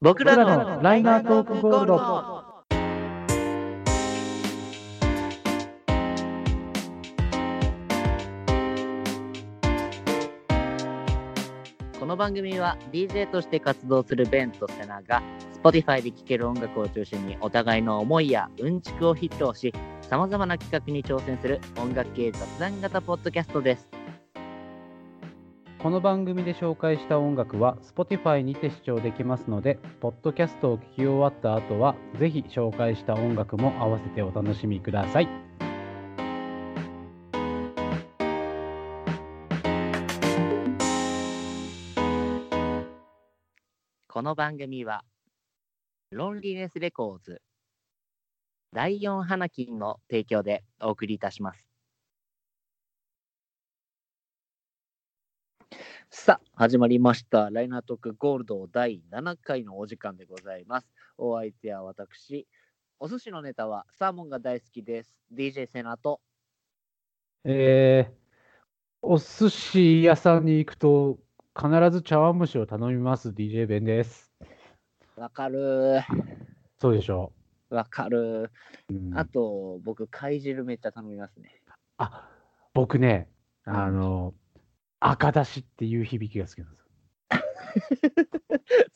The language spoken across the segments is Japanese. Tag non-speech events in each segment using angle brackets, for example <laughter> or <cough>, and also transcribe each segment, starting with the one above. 僕らのライナートークゴールドこの番組は DJ として活動するベンとセナが Spotify で聴ける音楽を中心にお互いの思いやうんちくを披露しさまざまな企画に挑戦する音楽系雑談型ポッドキャストです。この番組で紹介した音楽は Spotify にて視聴できますので、ポッドキャストを聞き終わった後は、ぜひ紹介した音楽も合わせてお楽しみください。この番組はロンリネスレコーズ第4花金の提供でお送りいたします。さあ始まりました「ライナートークゴールド」第7回のお時間でございます。お相手は私お寿司のネタはサーモンが大好きです。DJ セナとえー、お寿司屋さんに行くと、必ず茶碗蒸しを頼みます、DJ ベンです。わかるーそうでしょわかるう。うんー。あと僕貝汁めっちゃ頼みますね。 <laughs> あ、僕ね、うんあの、赤だしっていう響きが好きなんですよ。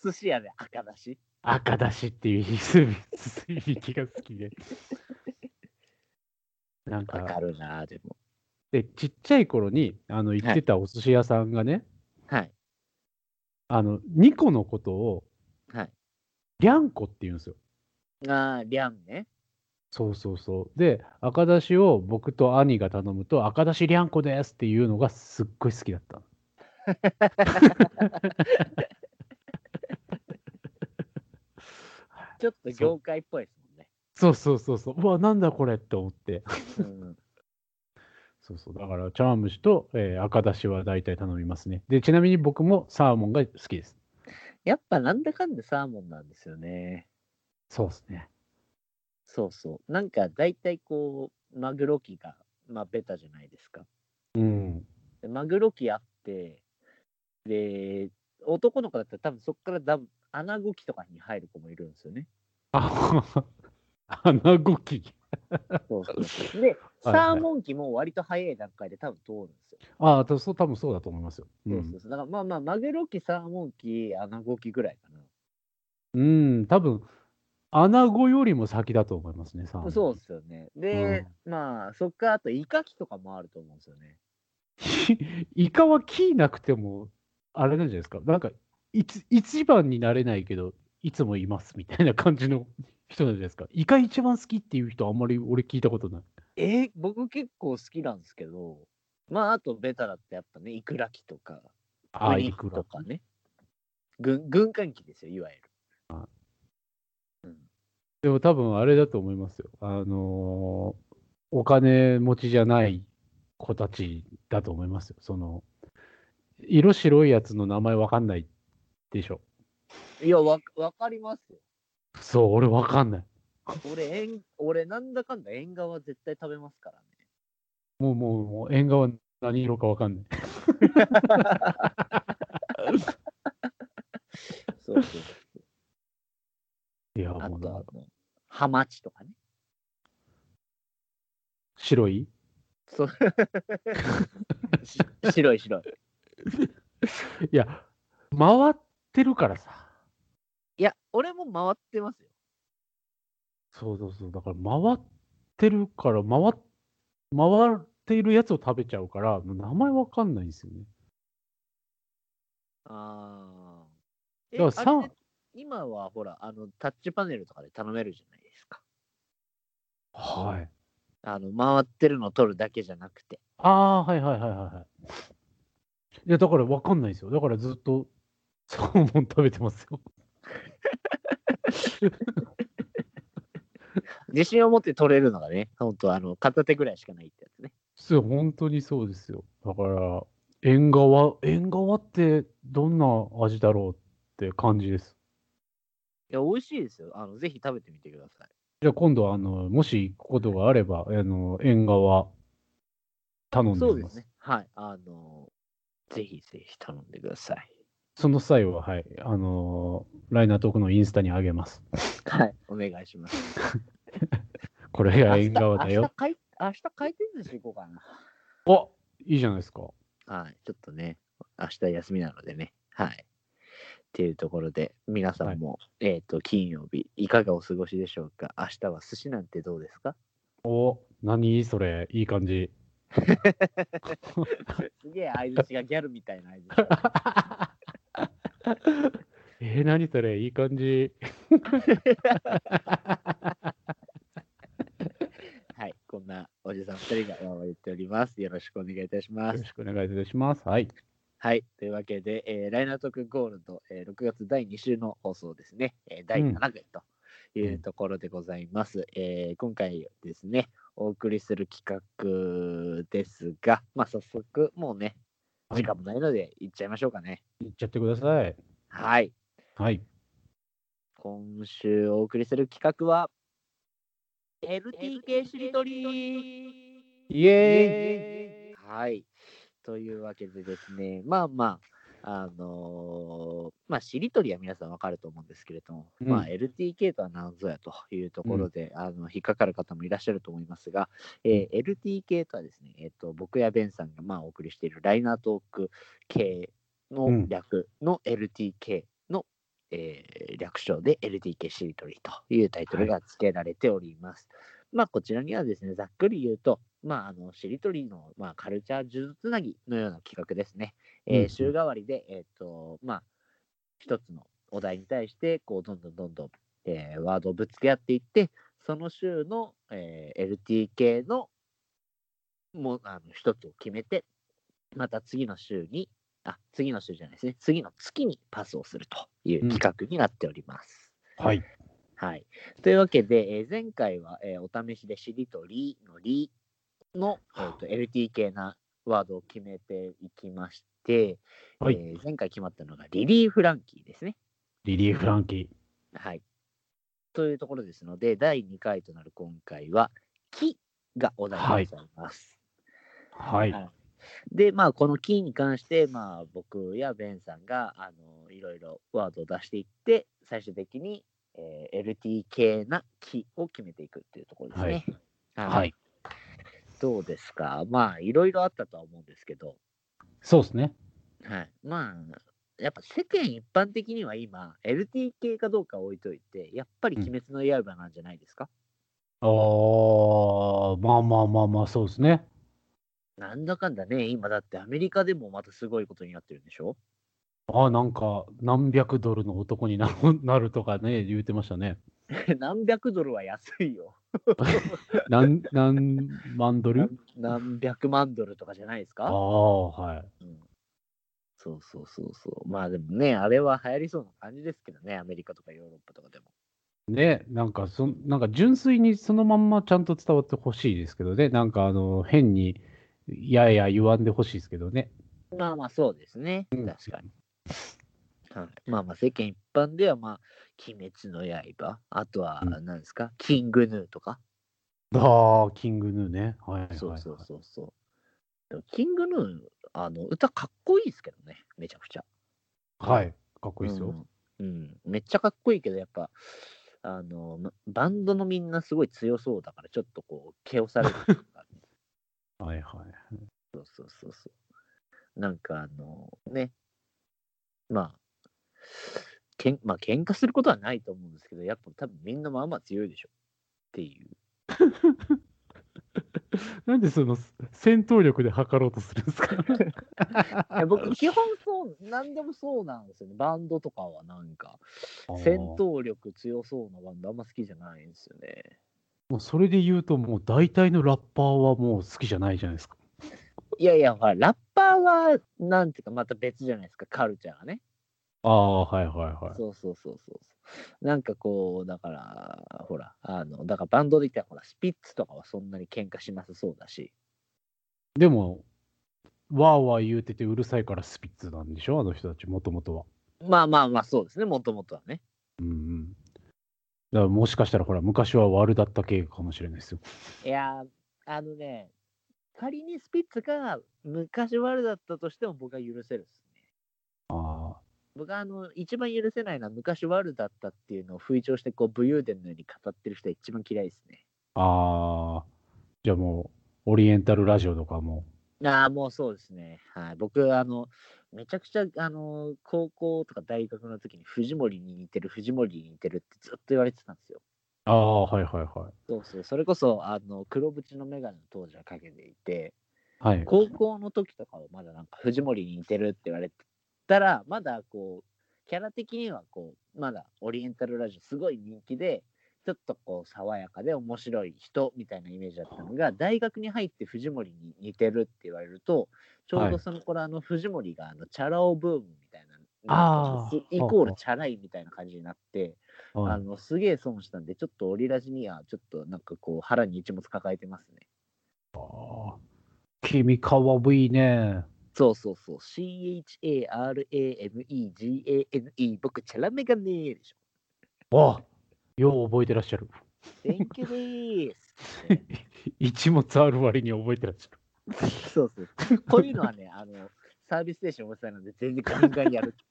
寿司屋で赤だし。赤だしっていう響きが好きで。なわんかか、るなーでも。で、ちっちゃい頃に、あの、行ってたお寿司屋さんがね、はい。あの、2個のことを、はい。りゃんこって言うんですよ。ああ、りゃんね。そうそうそう。で、赤だしを僕と兄が頼むと、赤だしりゃんこですっていうのがすっごい好きだったの。ちょっと業界っぽいですもんね。そうそうそうそう。うわ、なんだこれって思って。うん、そうそう。だから、茶碗蒸しと、えー赤だしは大体頼みますね。で、ちなみに僕もサーモンが好きです。やっぱなんだかんだサーモンなんですよね。そうですね。そうそう。なんか大体こう、マグロ期が、まあ、ベタじゃないですか。うん。でマグロ期あって、で、男の子だったら多分そこからだアナゴ期とかに入る子もいるんですよね。あ、 <laughs> 穴子き。そうそう <laughs> そうで、はいはいサーモン期も割と早い段階で多分通るんですよ。ああ、たそう多分そうだと思いますよ。うそうんそうそう。だからまあまあ、マグロ期、サーモン期、アナゴ期ぐらいかな。うん、多分穴子よりも先だと思いますね、サーモンそうですよね。で、まあ、そっからあと、イカキとかもあると思うんですよね。 <laughs> イカはキーなくても、あれなんじゃないですか。なんか、いつ一番になれないけど、いつもいますみたいな感じの <laughs> 人なんじゃないですか。イカ一番好きっていう人、あんまり俺聞いたことない。えー僕結構好きなんですけど、まあ、あと、ベタだってやっぱね、イクラキとか、ああ、ウニイキクとラ。かね。軍軍艦機ですよ、いわゆる。でも多分あれだと思いますよ。あのーお金持ちじゃない子たちだと思いますよ。その、色白いやつの名前わかんないでしょ。いや、わわかりますよ。そう、俺わかんない。俺、縁俺なんだかんだ縁側絶対食べますからね。もうもう、もう縁側何色かわかんない。そう <laughs> そう。いや、あもうと、なあの、ハマチと <laughs> かね。白いそう。し白い白い。いや、回ってるからさ。いや、俺も回ってますよ。そうそうそう。だから回ってるから、回っ回っているやつを食べちゃうから、もう名前わかんないんですよね。ああ。えだからさあれね今はほら、あの、タッチパネルとかで頼めるじゃないですか。はい。あの、回ってるのを取るだけじゃなくて。ああー、はいはいはいはいはい。いや、だからわかんないんですよ。だからずっとサーモン食べてますよ。自信を持って取れるのがね、本当あの、片手ぐらいしかないってやつね。そう、本当にそうですよ。だから、縁側、縁側ってどんな味だろうって感じです。いや、美味しいですよ。あの、ぜひ食べてみてください。じゃあ今度、あの、もし行くことがあれば、あの、縁側、頼んでみます。そうですね。はい。あの、ぜひぜひ頼んでください。その際は、はい、あのーライナートークのインスタに上げます。はい、お願いします。これが縁側だ明 <laughs> よ日。回明日回転寿司行こうかおいいじゃないですか。な。はい、ちょっとね、明日休みなのでね。はい。っていうところで、皆さんも、えっ、と、金曜日、いかがお過ごしでしょうか明日は寿司なんてどうですかお何それ、いい感じ。すげえ相づちがギャルみたいな相づえー、何それ、いい感じ。ち。はい、こんなおじさん2人がわーわー言っております。よろしくお願いいたしよまろす。しくお願いいたします。はい。はい、というわけで、えーライナートークゴールド、えー6月第2週の放送ですね、えー第7回というところでございます。えー今回ですね、お送りする企画ですが、まあ、早速、もうね、時間もないので、いっちゃいましょうかね。いっちゃってください。はい、はい。今週お送りする企画は、LTK しりとりイエーイはい。というわけでですね、まあまあ、あのーまあ、しりとりは皆さんわかると思うんですけれども、うんまあ、LTK とは何ぞやというところで、あの引っかかる方もいらっしゃると思いますが、えー LTK とはですね、えっと僕やベンさんがまあお送りしているライナートーク系うのん略の LTK の、えー略称で LTK しりとりというタイトルが付けられております。まあ、こちらにはですね、ざっくり言うと、まあ、あのしりとりの、まあ、カルチャー術つなぎのような企画ですね。えーうん週替わりで、えっとまあ、一つのお題に対して、こうどんどんどんどん、えーワードをぶつけ合っていって、その週の、えー LTK のもうあの一つを決めて、また次の週に、あ、次の週じゃないですね、次の月にパスをするという企画になっております。はい。はい。というわけで、えー前回は、えーお試しでしりとりのりの、えー、と LTK なワードを決めていきまして、はいえー前回決まったのがリリー・フランキーですね。リリー・フランキはい。というところですので、第2回となる今回は、木がお題にございます。ー。はい。はいで、まあ、この木に関して、まあ、僕やベンさんが、あの、いろいろワードを出していって、最終的に、えー LTK な木を決めていくっていうところですね。はいはい。どうですかまあ、いろいろあったとは思うんですけど、そうですね。はい。まあ、やっぱ世間一般的には今、LTK かどうかは置いといて、やっぱりうん鬼滅の刃なんじゃないですか、あー、まあまあまあまあ、そうですね。なんだかんだね、今だってアメリカでもまたすごいことになってるんでしょ <laughs> あーなんか、何百ドルの男になる <laughs> なるとかね、言うてましたね。何百ドルは安いよ。何、何万 <laughs> ドル何百万ドルとかじゃないですあか、あ、はい。うん、そうそうそうそう。まあでもね、あれは流行りそうな感じですけどね、アメリカとかヨーロッパとかでも。ね、なんかそ、なんか純粋にそのまんまちゃんと伝わってほしいですけどね、なんかあの変にやや言わんでほしいですけどね。まあまあそうですね、確かに。はい、まあまあ世間一般では、まあ、鬼滅の刃、あとはう何ですか、キングヌーとか。ああ、キングヌーね。はいはい、はい。そうそうそうそう。でもキングヌー、あの歌かっこいいですけどね、めちゃくちゃ。はい。かっこいいですよ。うん。うんめっちゃかっこいいけど、やっぱ、あの、まバンドのみんなすごい強そうだから、ちょっとこう、けおされるというかはいはい。そうそうそうそう。なんか、あの、ね、まあ、けんまあ、喧嘩することはないと思うんですけど、やっぱ多分みんなまあまあ強いでしょっていう。なんでその戦闘力で測ろうとするんですいかや <laughs> 僕、基本そう、なんでもそうなんですよね。バンドとかはなんか、戦闘力強そうなバンドあんま好きじゃないんですよね。もうそれで言うと、もう大体のラッパーはもう好きじゃないじゃないですか。いやいや、ほらラッパーは、なんていうか、また別じゃないですか、カルチャーがね。ああ、はいはいはい。そうそうそうそうそう。なんかこう、だから、ほら、あの、だからバンドで言ったら、ほら、スピッツとかはそんなに喧嘩しなさそうだし、でも、わーわー言うててうるさいからスピッツなんでしょ、あの人たち、もともとは。まあまあまあ、そうですね、もともとはね。うんうん。だからもしかしたらほら、昔は悪だった系かもしれないですよ。いやー、あのね、仮にスピッツが昔悪だったとしても、僕は許せるっすね。ああ。僕があの一番許せないのは昔悪だったっていうのを吹聴してこう武勇伝のように語ってる人は一番嫌いですね。ああ、じゃあもう、オリエンタルラジオとかも。ああ、もうそうですね。はい。僕、あの、めちゃくちゃ、あの、高校とか大学の時に藤森に似てる、藤森に似てるってずっと言われてたんですよ。ああ、はいはいはい。そうそう。それこそ、あの、黒縁のメガネの当時はかけていて、は <laughs> い。高校の時とかはまだなんか藤森に似てるって言われてたら、まだこう、キャラ的にはこう、まだオリエンタルラジオすごい人気で、ちょっとこう爽やかで面白い人みたいなイメージだったのが、大学に入って藤森に似てるって言われると、ちょうどその頃、あの藤森があのチャラ男ブームみたいな、あーイコールチャラいみたいな感じになって、はいあのすげえ損したんで、ちょっとオリラジにはちょっとなんかこう腹に一物抱えてますね。君かわいいね。そうそうそう。CHARAMEGANE。僕、チャラメガネーでしょ。わあ、よう覚えてらっしゃる。 Thank you です。 <laughs> 一物ある割に覚えてらっしゃる。そうそう。こういうのはね、あの、サービスステーションおっさんなんで全然ガンガンやるって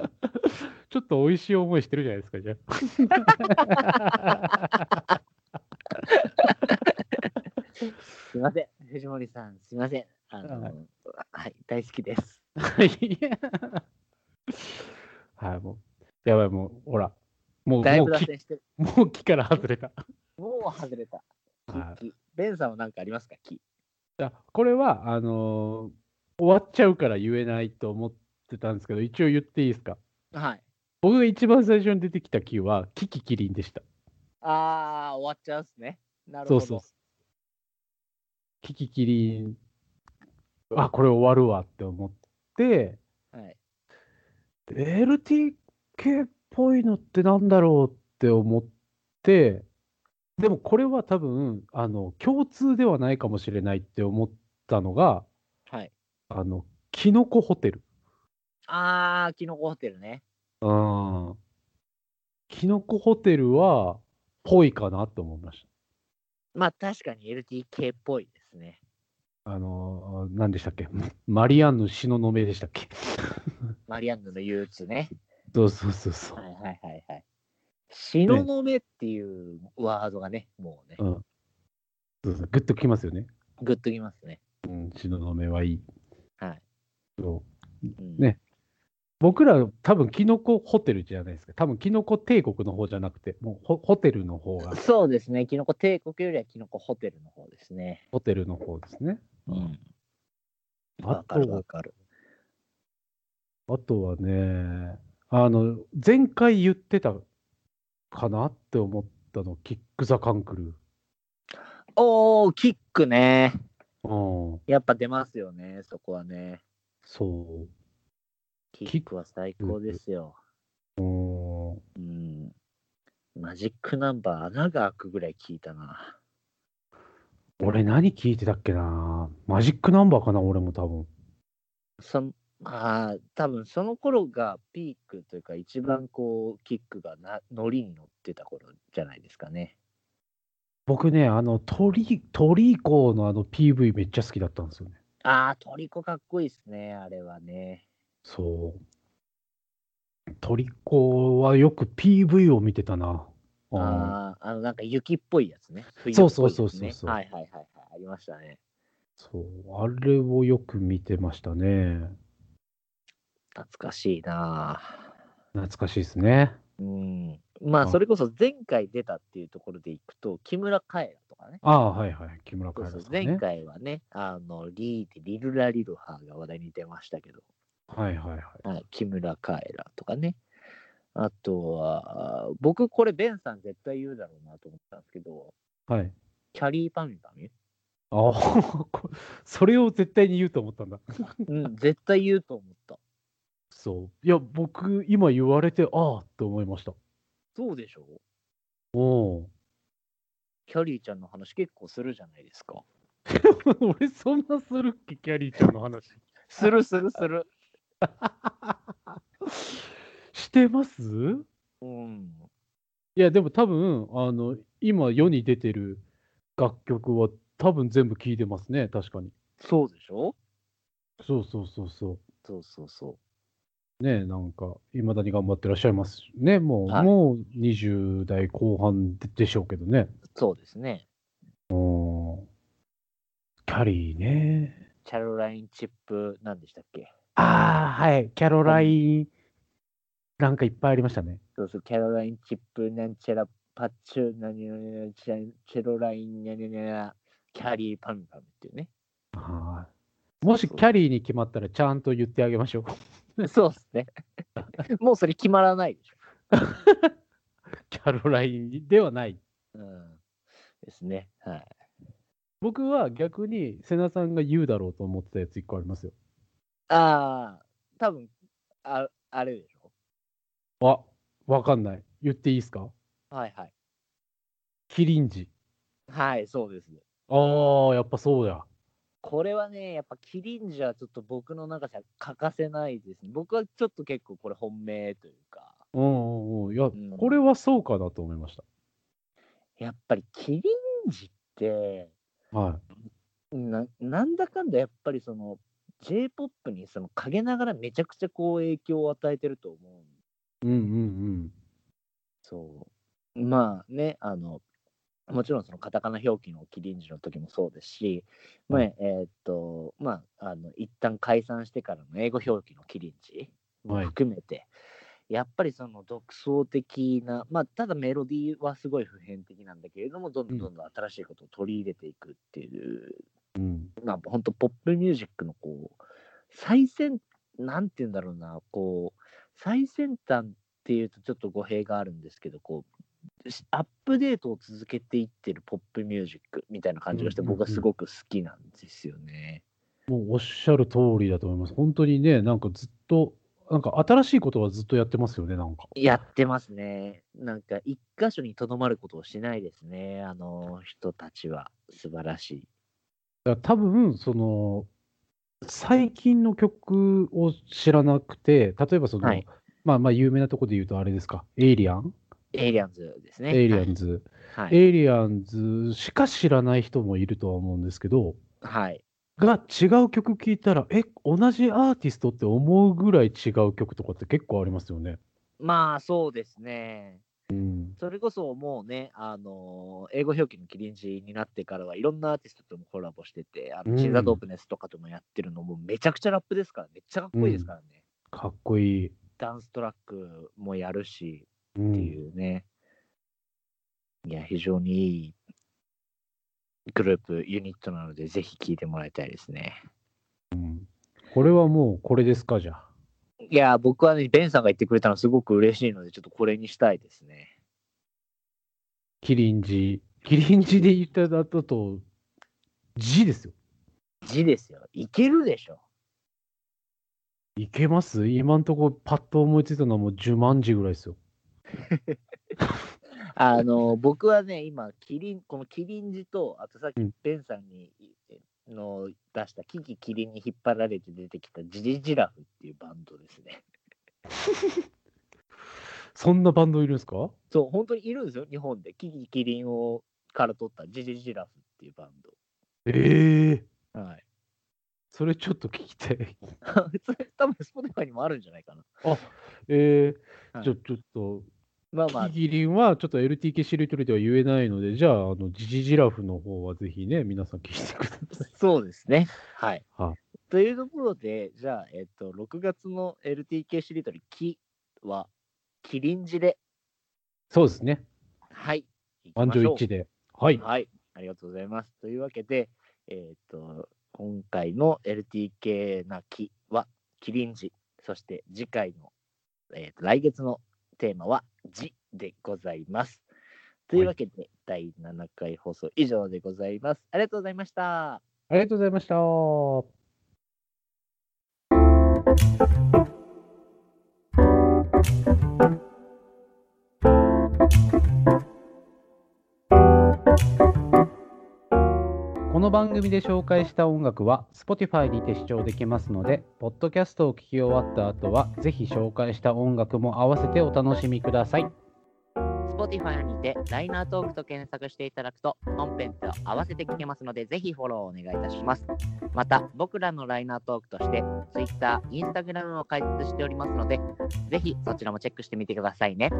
いう。ちょっと美味しい思いしてるじゃないですか、じゃ <laughs> すいません。藤森さん、すいません。あの、ははいい、大好きです。あ。はい。 <laughs> はい、もう。やばい、もう、ほら。もう、だいもぶう脱木線してる。もう木から外れた。もう外れた。はい木ベンさんは何かありますか木。あこれは、あのー終わっちゃうから言えないと思ってたんですけど、一応言っていいですか。はい。僕が一番最初に出てきた木は、キキキリンでした。あー、終わっちゃうっすね。なるほそうど。そう。キキキリン、あ、これ終わるわって思って、はい。 LTK っぽいのってなんだろうって思って、でもこれは多分、あの、共通ではないかもしれないって思ったのが、はい。あの、キノコホテル。あー、キノコホテルね。うん。キノコホテルは、ぽいかなと思いましまあ、確かに LTK っぽいですね。た。あの、何でしたっけマリアンヌ・シノノメでしたっけマリアンヌの憂鬱ね。そうそうそうそうは。いはいはいはい。東雲っていうワードがね、もうねう、ん。そうそうグッときますよね。グッときますね。うん、東雲はいい。はい。そううんね僕ら、多分キノコホテルじゃないですか。多分キノコ帝国の方じゃなくて、もうホホテル <laughs> の方が、そうですね、キノコ帝国よりはキノコホテルの方ですね。ホテルの方ですね。うん。わあかるわと、かる。あとはね、あの、前回言ってたかなって思ったの、キック・ザ・カンクルおー、キックね。ー。うん、やっぱ出ますよね、そこはね。そキキッッククは最高ですよ。う。うん、うん。マジックナンバー穴が開くぐらい聞いたな。俺何聞いてたっけなマジックナンバーかな、俺も多分。そんまあ多分その頃がピークというか一番こうキックがな乗りに乗ってた頃じゃないですかね。僕ね、あの、トリ、トリーコーのあの PV めっちゃ好きだったんですよね。ああ、トリコかっこいいですね、あれはね。そう。トリコはよく PV を見てたな。あーああー、あのなんか雪っぽいやつね。冬っそうそうそうぽいやつそうそうねはいはいはいはい、ありましたね。そう。あれをよく見てましたね。懐かしいなあ懐かしいですね。うん。まああそれこそ前回出たっていうところでいくと、木村カエラとかね。ああ、はいはい。木村カそエうラさそんうね。前回はね、あの、リーでリルラリルハーが話題に出ましたけど。はいはいはい。はい、木村カエラとかね。あとは、あー僕これベンさん絶対言うだろうなと思ったんですけど、はい。キャリーパミュパミュ、ああ、 <laughs> こそれを絶対に言うと思ったんだ。 <laughs> うん、絶対言うと思った。そう。いや、僕、今言われて、ああ、って思いました。そうでしょうおお。キャリーちゃんの話結構するじゃないですか。 <laughs> 俺、そんなするっけ、キャリーちゃんの話。するするする。してますうん。いや、でも多分、あの、今世に出てる楽曲は多分全部聴いてますね、確かに。そうでしょそうそうそうそう。そうそうそね、なんか、いまだに頑張ってらっしゃいますしね、もう、はいもう20代後半ででしょうけどね。そうですね。うん。キャリーね。キャロラインチップ、なんでしたっけああ、はい、キャロライン、なんかいっぱいありましたね。そうそう、キャロラインチップ、なんちゃら、パッチュ、なになになに、チャチェロライン、にゃにゃにゃにゃ、キャリーパンパンっていうね。はい。もしキャリーに決まったら、ちゃんと言ってあげましょう。 <laughs> <laughs> そうですね。もうそれ決まらないでしょ。キャロラインではない。うん。ですね。はい。僕は逆に、瀬名さんが言うだろうと思ってたやつ一個ありますよ。ああ、多分ああれでしょ。あ、わかんない。言っていいですかはいはい。キリンジ。はい、そうです。ああ、やっぱそうだ。これはね、やっぱキリンジはちょっと僕の中じゃ欠かせないですね。僕はちょっと結構これ本命というか、うんうんうん。いや、んこれはそうかなと思いましやっぱりキリンジって、た。はななんだかんだやっぱりその J-POP にその陰ながらめちゃくちゃこう影響を与えてると思うんでい。うんうんそう。まあね、あの、もちろんそのカタカナ表記のキリンジの時もそうですし、まあ、えーっと、まあ、あの、一旦解散してからの英語表記のキリンジも含めて、やっぱりその独創的な、まあ、ただメロディーはすごい普遍的なんだけれども、どんどんどんどん新しいことを取り入れていくっていう、うん。うん。まあ、本当ポップミュージックのこう、最先、なんて言うんだろうな、こう、最先端っていうとちょっと語弊があるんですけど、こう、しアップデートを続けていってるポップミュージックみたいな感じがして、うんうんうん僕はすごく好きなんですよね。もうおっしゃる通りだと思います。本当にね、なんかずっと、なんか新しいことはずっとやってますよね、なんか。やってますね。なんか、一箇所にとどまることをしないですね、あの人たちは。素晴らしい。だから多分、その、最近の曲を知らなくて、例えばその、はいまあまあ有名なとこで言うとあれですか、エイリアンエイリアンズですね。エイリアンズ。はい。エイリアンズしか知らない人もいるとは思うんですけど、はい。が違う曲聴いたら、え、同じアーティストって思うぐらい違う曲とかって結構ありますよね。まあ、そうですね。うん。それこそもうね、あのー英語表記のキリンジになってからはいろんなアーティストともコラボしてて、あうのんチンザ・ドープネスとかともやってるのもめちゃくちゃラップですから、めっちゃかっこいいですからね。かっこいい。ダンストラックもやるしうってん、いうね。いや、非常にいいグループ、ユニットなので、ぜひ聴いてもらいたいですね。これはもうこれですか、じゃあ。いや、僕はね、ベンさんが言ってくれたのすごく嬉しいので、ちょっとこれにしたいですね。キリンジ。キリンジで言っただとと、G ですよ。字ですよ。いけるでしょ。いけます今んとこパッと思いついたのはもう10万字ぐらいですよ。あの僕はね、今、キリン、このキリンジと、あとさっきうん、ベンさんに、の出した、キキキリンに引っ張られて出てきた、ジジジラフっていうバンドですね。 <laughs> そんなバンドいるんですかそう、本当にいるんですよ、日本で。キキキリンをから取った、ジジジラフっていうバンええド。はい。 <laughs> それちょっと聞きたい。それ多分、スポティファイにもあるんじゃないかな。ええはいじゃあちょっと、まあま <laughs> あ、キキリンはちょっと LTK シリトリでは言えないので、じゃあ、あの、ジジジラフの方はぜひね、皆さん聞いてください。そうですね。はい。はというところで、じゃあ、えっと、6月の LTK しりとり、キは、キリンジで、そうですね。はい。行きま満しょ場う一致で。はい。はい、ありがとうございます。というわけで、えっ、と、今回の LTK な木は、キリンジ、そして次回の、えーと来月のテーマは、ジでございます。というわけで、第7回放送以上でございます。ありがとうございました。ありがとうございました。この番組で紹介した音楽は Spotify にて視聴できますので、ポッドキャストを聞き終わった後は、ぜひ紹介した音楽も合わせてお楽しみください。 Spotify Spotify にてライナートークと検索していただくと本編と合わせて聞けますのでぜひフォローをお願いいたします。また僕らのライナートークとして Twitter、Instagram を開設しておりますのでぜひそちらもチェックしてみてくださいね。